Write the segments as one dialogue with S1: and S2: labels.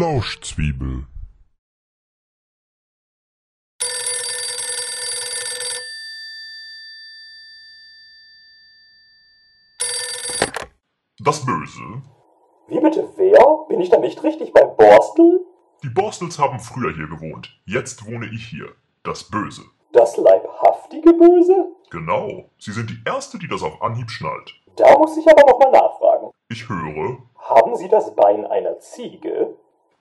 S1: Rauschzwiebel Das Böse.
S2: Wie bitte wer? Bin ich da nicht richtig beim Borstel?
S1: Die Borstels haben früher hier gewohnt. Jetzt wohne ich hier. Das Böse.
S2: Das leibhaftige Böse?
S1: Genau. Sie sind die Erste, die das auf Anhieb schnallt.
S2: Da muss ich aber nochmal nachfragen.
S1: Ich höre,
S2: Haben Sie das Bein einer Ziege?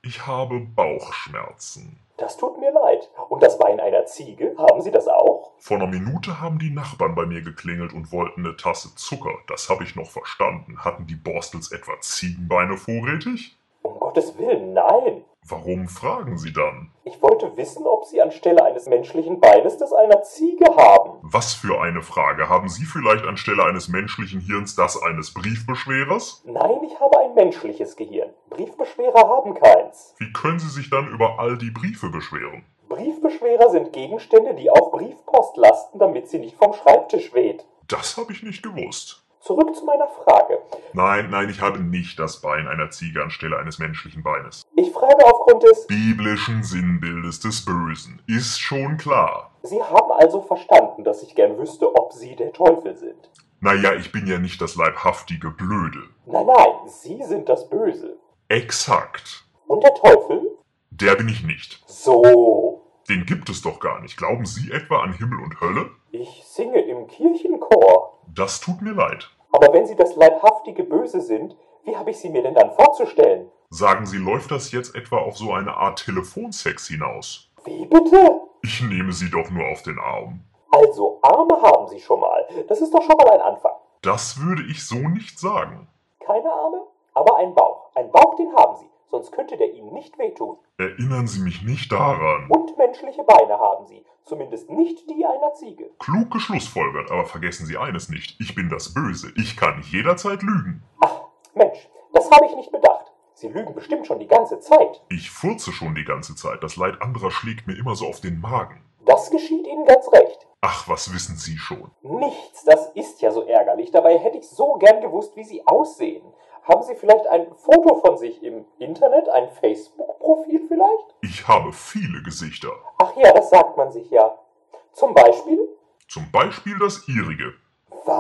S1: ich habe Bauchschmerzen.
S2: Das tut mir leid. Und das Bein einer Ziege? Haben Sie das auch?
S1: Vor einer Minute haben die Nachbarn bei mir geklingelt und wollten eine Tasse Zucker. Das habe ich noch verstanden. Hatten die Borstels etwa Ziegenbeine vorrätig?
S2: Um Gottes Willen, nein.
S1: Warum fragen sie dann?
S2: Ich wollte wissen, ob Sie anstelle eines menschlichen Beines das einer Ziege haben.
S1: Was für eine Frage. Haben Sie vielleicht anstelle eines menschlichen Hirns das eines Briefbeschwerers?
S2: Nein, ich habe ein menschliches Gehirn. Briefbeschwerer haben keins.
S1: Wie können Sie sich dann über all die Briefe beschweren?
S2: Briefbeschwerer sind Gegenstände, die auf Briefpost lasten, damit sie nicht vom Schreibtisch weht.
S1: Das habe ich nicht gewusst.
S2: Zurück zu meiner Frage.
S1: Nein, nein, ich habe nicht das Bein einer Ziege anstelle eines menschlichen Beines.
S2: Ich frage aufgrund des...
S1: Biblischen Sinnbildes des Bösen. Ist schon klar.
S2: Sie haben also verstanden, dass ich gern wüsste, ob Sie der Teufel sind.
S1: Naja, ich bin ja nicht das leibhaftige Blöde.
S2: Nein, nein, Sie sind das Böse.
S1: Exakt.
S2: Und der Teufel?
S1: Der bin ich nicht.
S2: So.
S1: Den gibt es doch gar nicht. Glauben Sie etwa an Himmel und Hölle?
S2: Ich singe im Kirchenchor.
S1: Das tut mir leid.
S2: Aber wenn Sie das leibhaftige Böse sind, wie habe ich Sie mir denn dann vorzustellen?
S1: Sagen Sie, läuft das jetzt etwa auf so eine Art Telefonsex hinaus?
S2: Wie bitte?
S1: Ich nehme Sie doch nur auf den Arm.
S2: Also Arme haben Sie schon mal. Das ist doch schon mal ein Anfang.
S1: Das würde ich so nicht sagen.
S2: Keine Arme, aber einen Bauch. Ein Bauch, den haben Sie, sonst könnte der Ihnen nicht wehtun.
S1: Erinnern Sie mich nicht daran.
S2: Und menschliche Beine haben Sie, zumindest nicht die einer Ziege.
S1: Klug geschlussfolgert, aber vergessen Sie eines nicht. Ich bin das Böse. Ich kann jederzeit lügen.
S2: Ach, Mensch, das habe ich nicht bedacht. Sie lügen bestimmt schon die ganze Zeit.
S1: Ich furze schon die ganze Zeit. Das Leid anderer schlägt mir immer so auf den Magen.
S2: Das geschieht Ihnen ganz recht.
S1: Ach, was wissen Sie schon?
S2: Nichts, das ist ja so ärgerlich. Dabei hätte ich so gern gewusst, wie Sie aussehen. Haben Sie vielleicht ein Foto von sich im Internet, ein Facebook-Profil vielleicht?
S1: Ich habe viele Gesichter.
S2: Ach ja, das sagt man sich ja. Zum Beispiel?
S1: Zum Beispiel das Ihrige.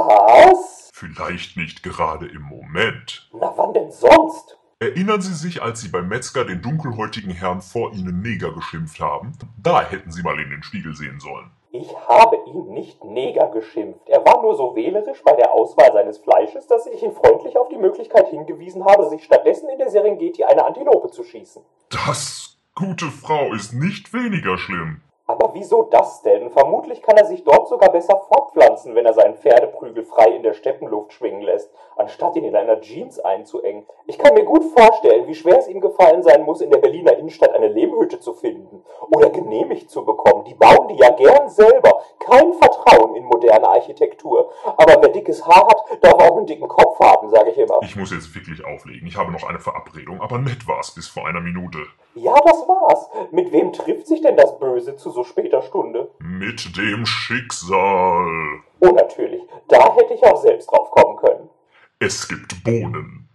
S2: Was?
S1: Vielleicht nicht gerade im Moment.
S2: Na wann denn sonst?
S1: Erinnern Sie sich, als Sie beim Metzger den dunkelhäutigen Herrn vor Ihnen Neger geschimpft haben? Da hätten Sie mal in den Spiegel sehen sollen.
S2: Ich habe ihn nicht Neger geschimpft. Er war nur so wählerisch bei der Auswahl seines Fleisches, dass ich ihn freundlich auf die Möglichkeit hingewiesen habe, sich stattdessen in der Serengeti eine Antilope zu schießen.
S1: Das, gute Frau, ist nicht weniger schlimm.
S2: Aber wieso das denn? Vermutlich kann er sich dort sogar besser fortpflanzen, wenn er seinen Pferdeprügel frei in der Steppenluft schwingen lässt, anstatt ihn in einer Jeans einzuengen. Ich kann mir gut vorstellen, wie schwer es ihm gefallen sein muss, in der Berliner Innenstadt eine Lehmhütte zu finden oder genehmigt zu bekommen. Die bauen die ja gern selber. Kein Vertrauen in moderne Architektur. Aber wer dickes Haar hat, darf auch einen dicken Kopf haben, sage ich immer.
S1: Ich muss jetzt wirklich auflegen. Ich habe noch eine Verabredung, aber nett war es bis vor einer Minute.
S2: Ja, das war's. Mit wem trifft sich denn das Böse zu so später Stunde?
S1: Mit dem Schicksal.
S2: Oh, natürlich. Da hätte ich auch selbst drauf kommen können.
S1: Es gibt Bohnen.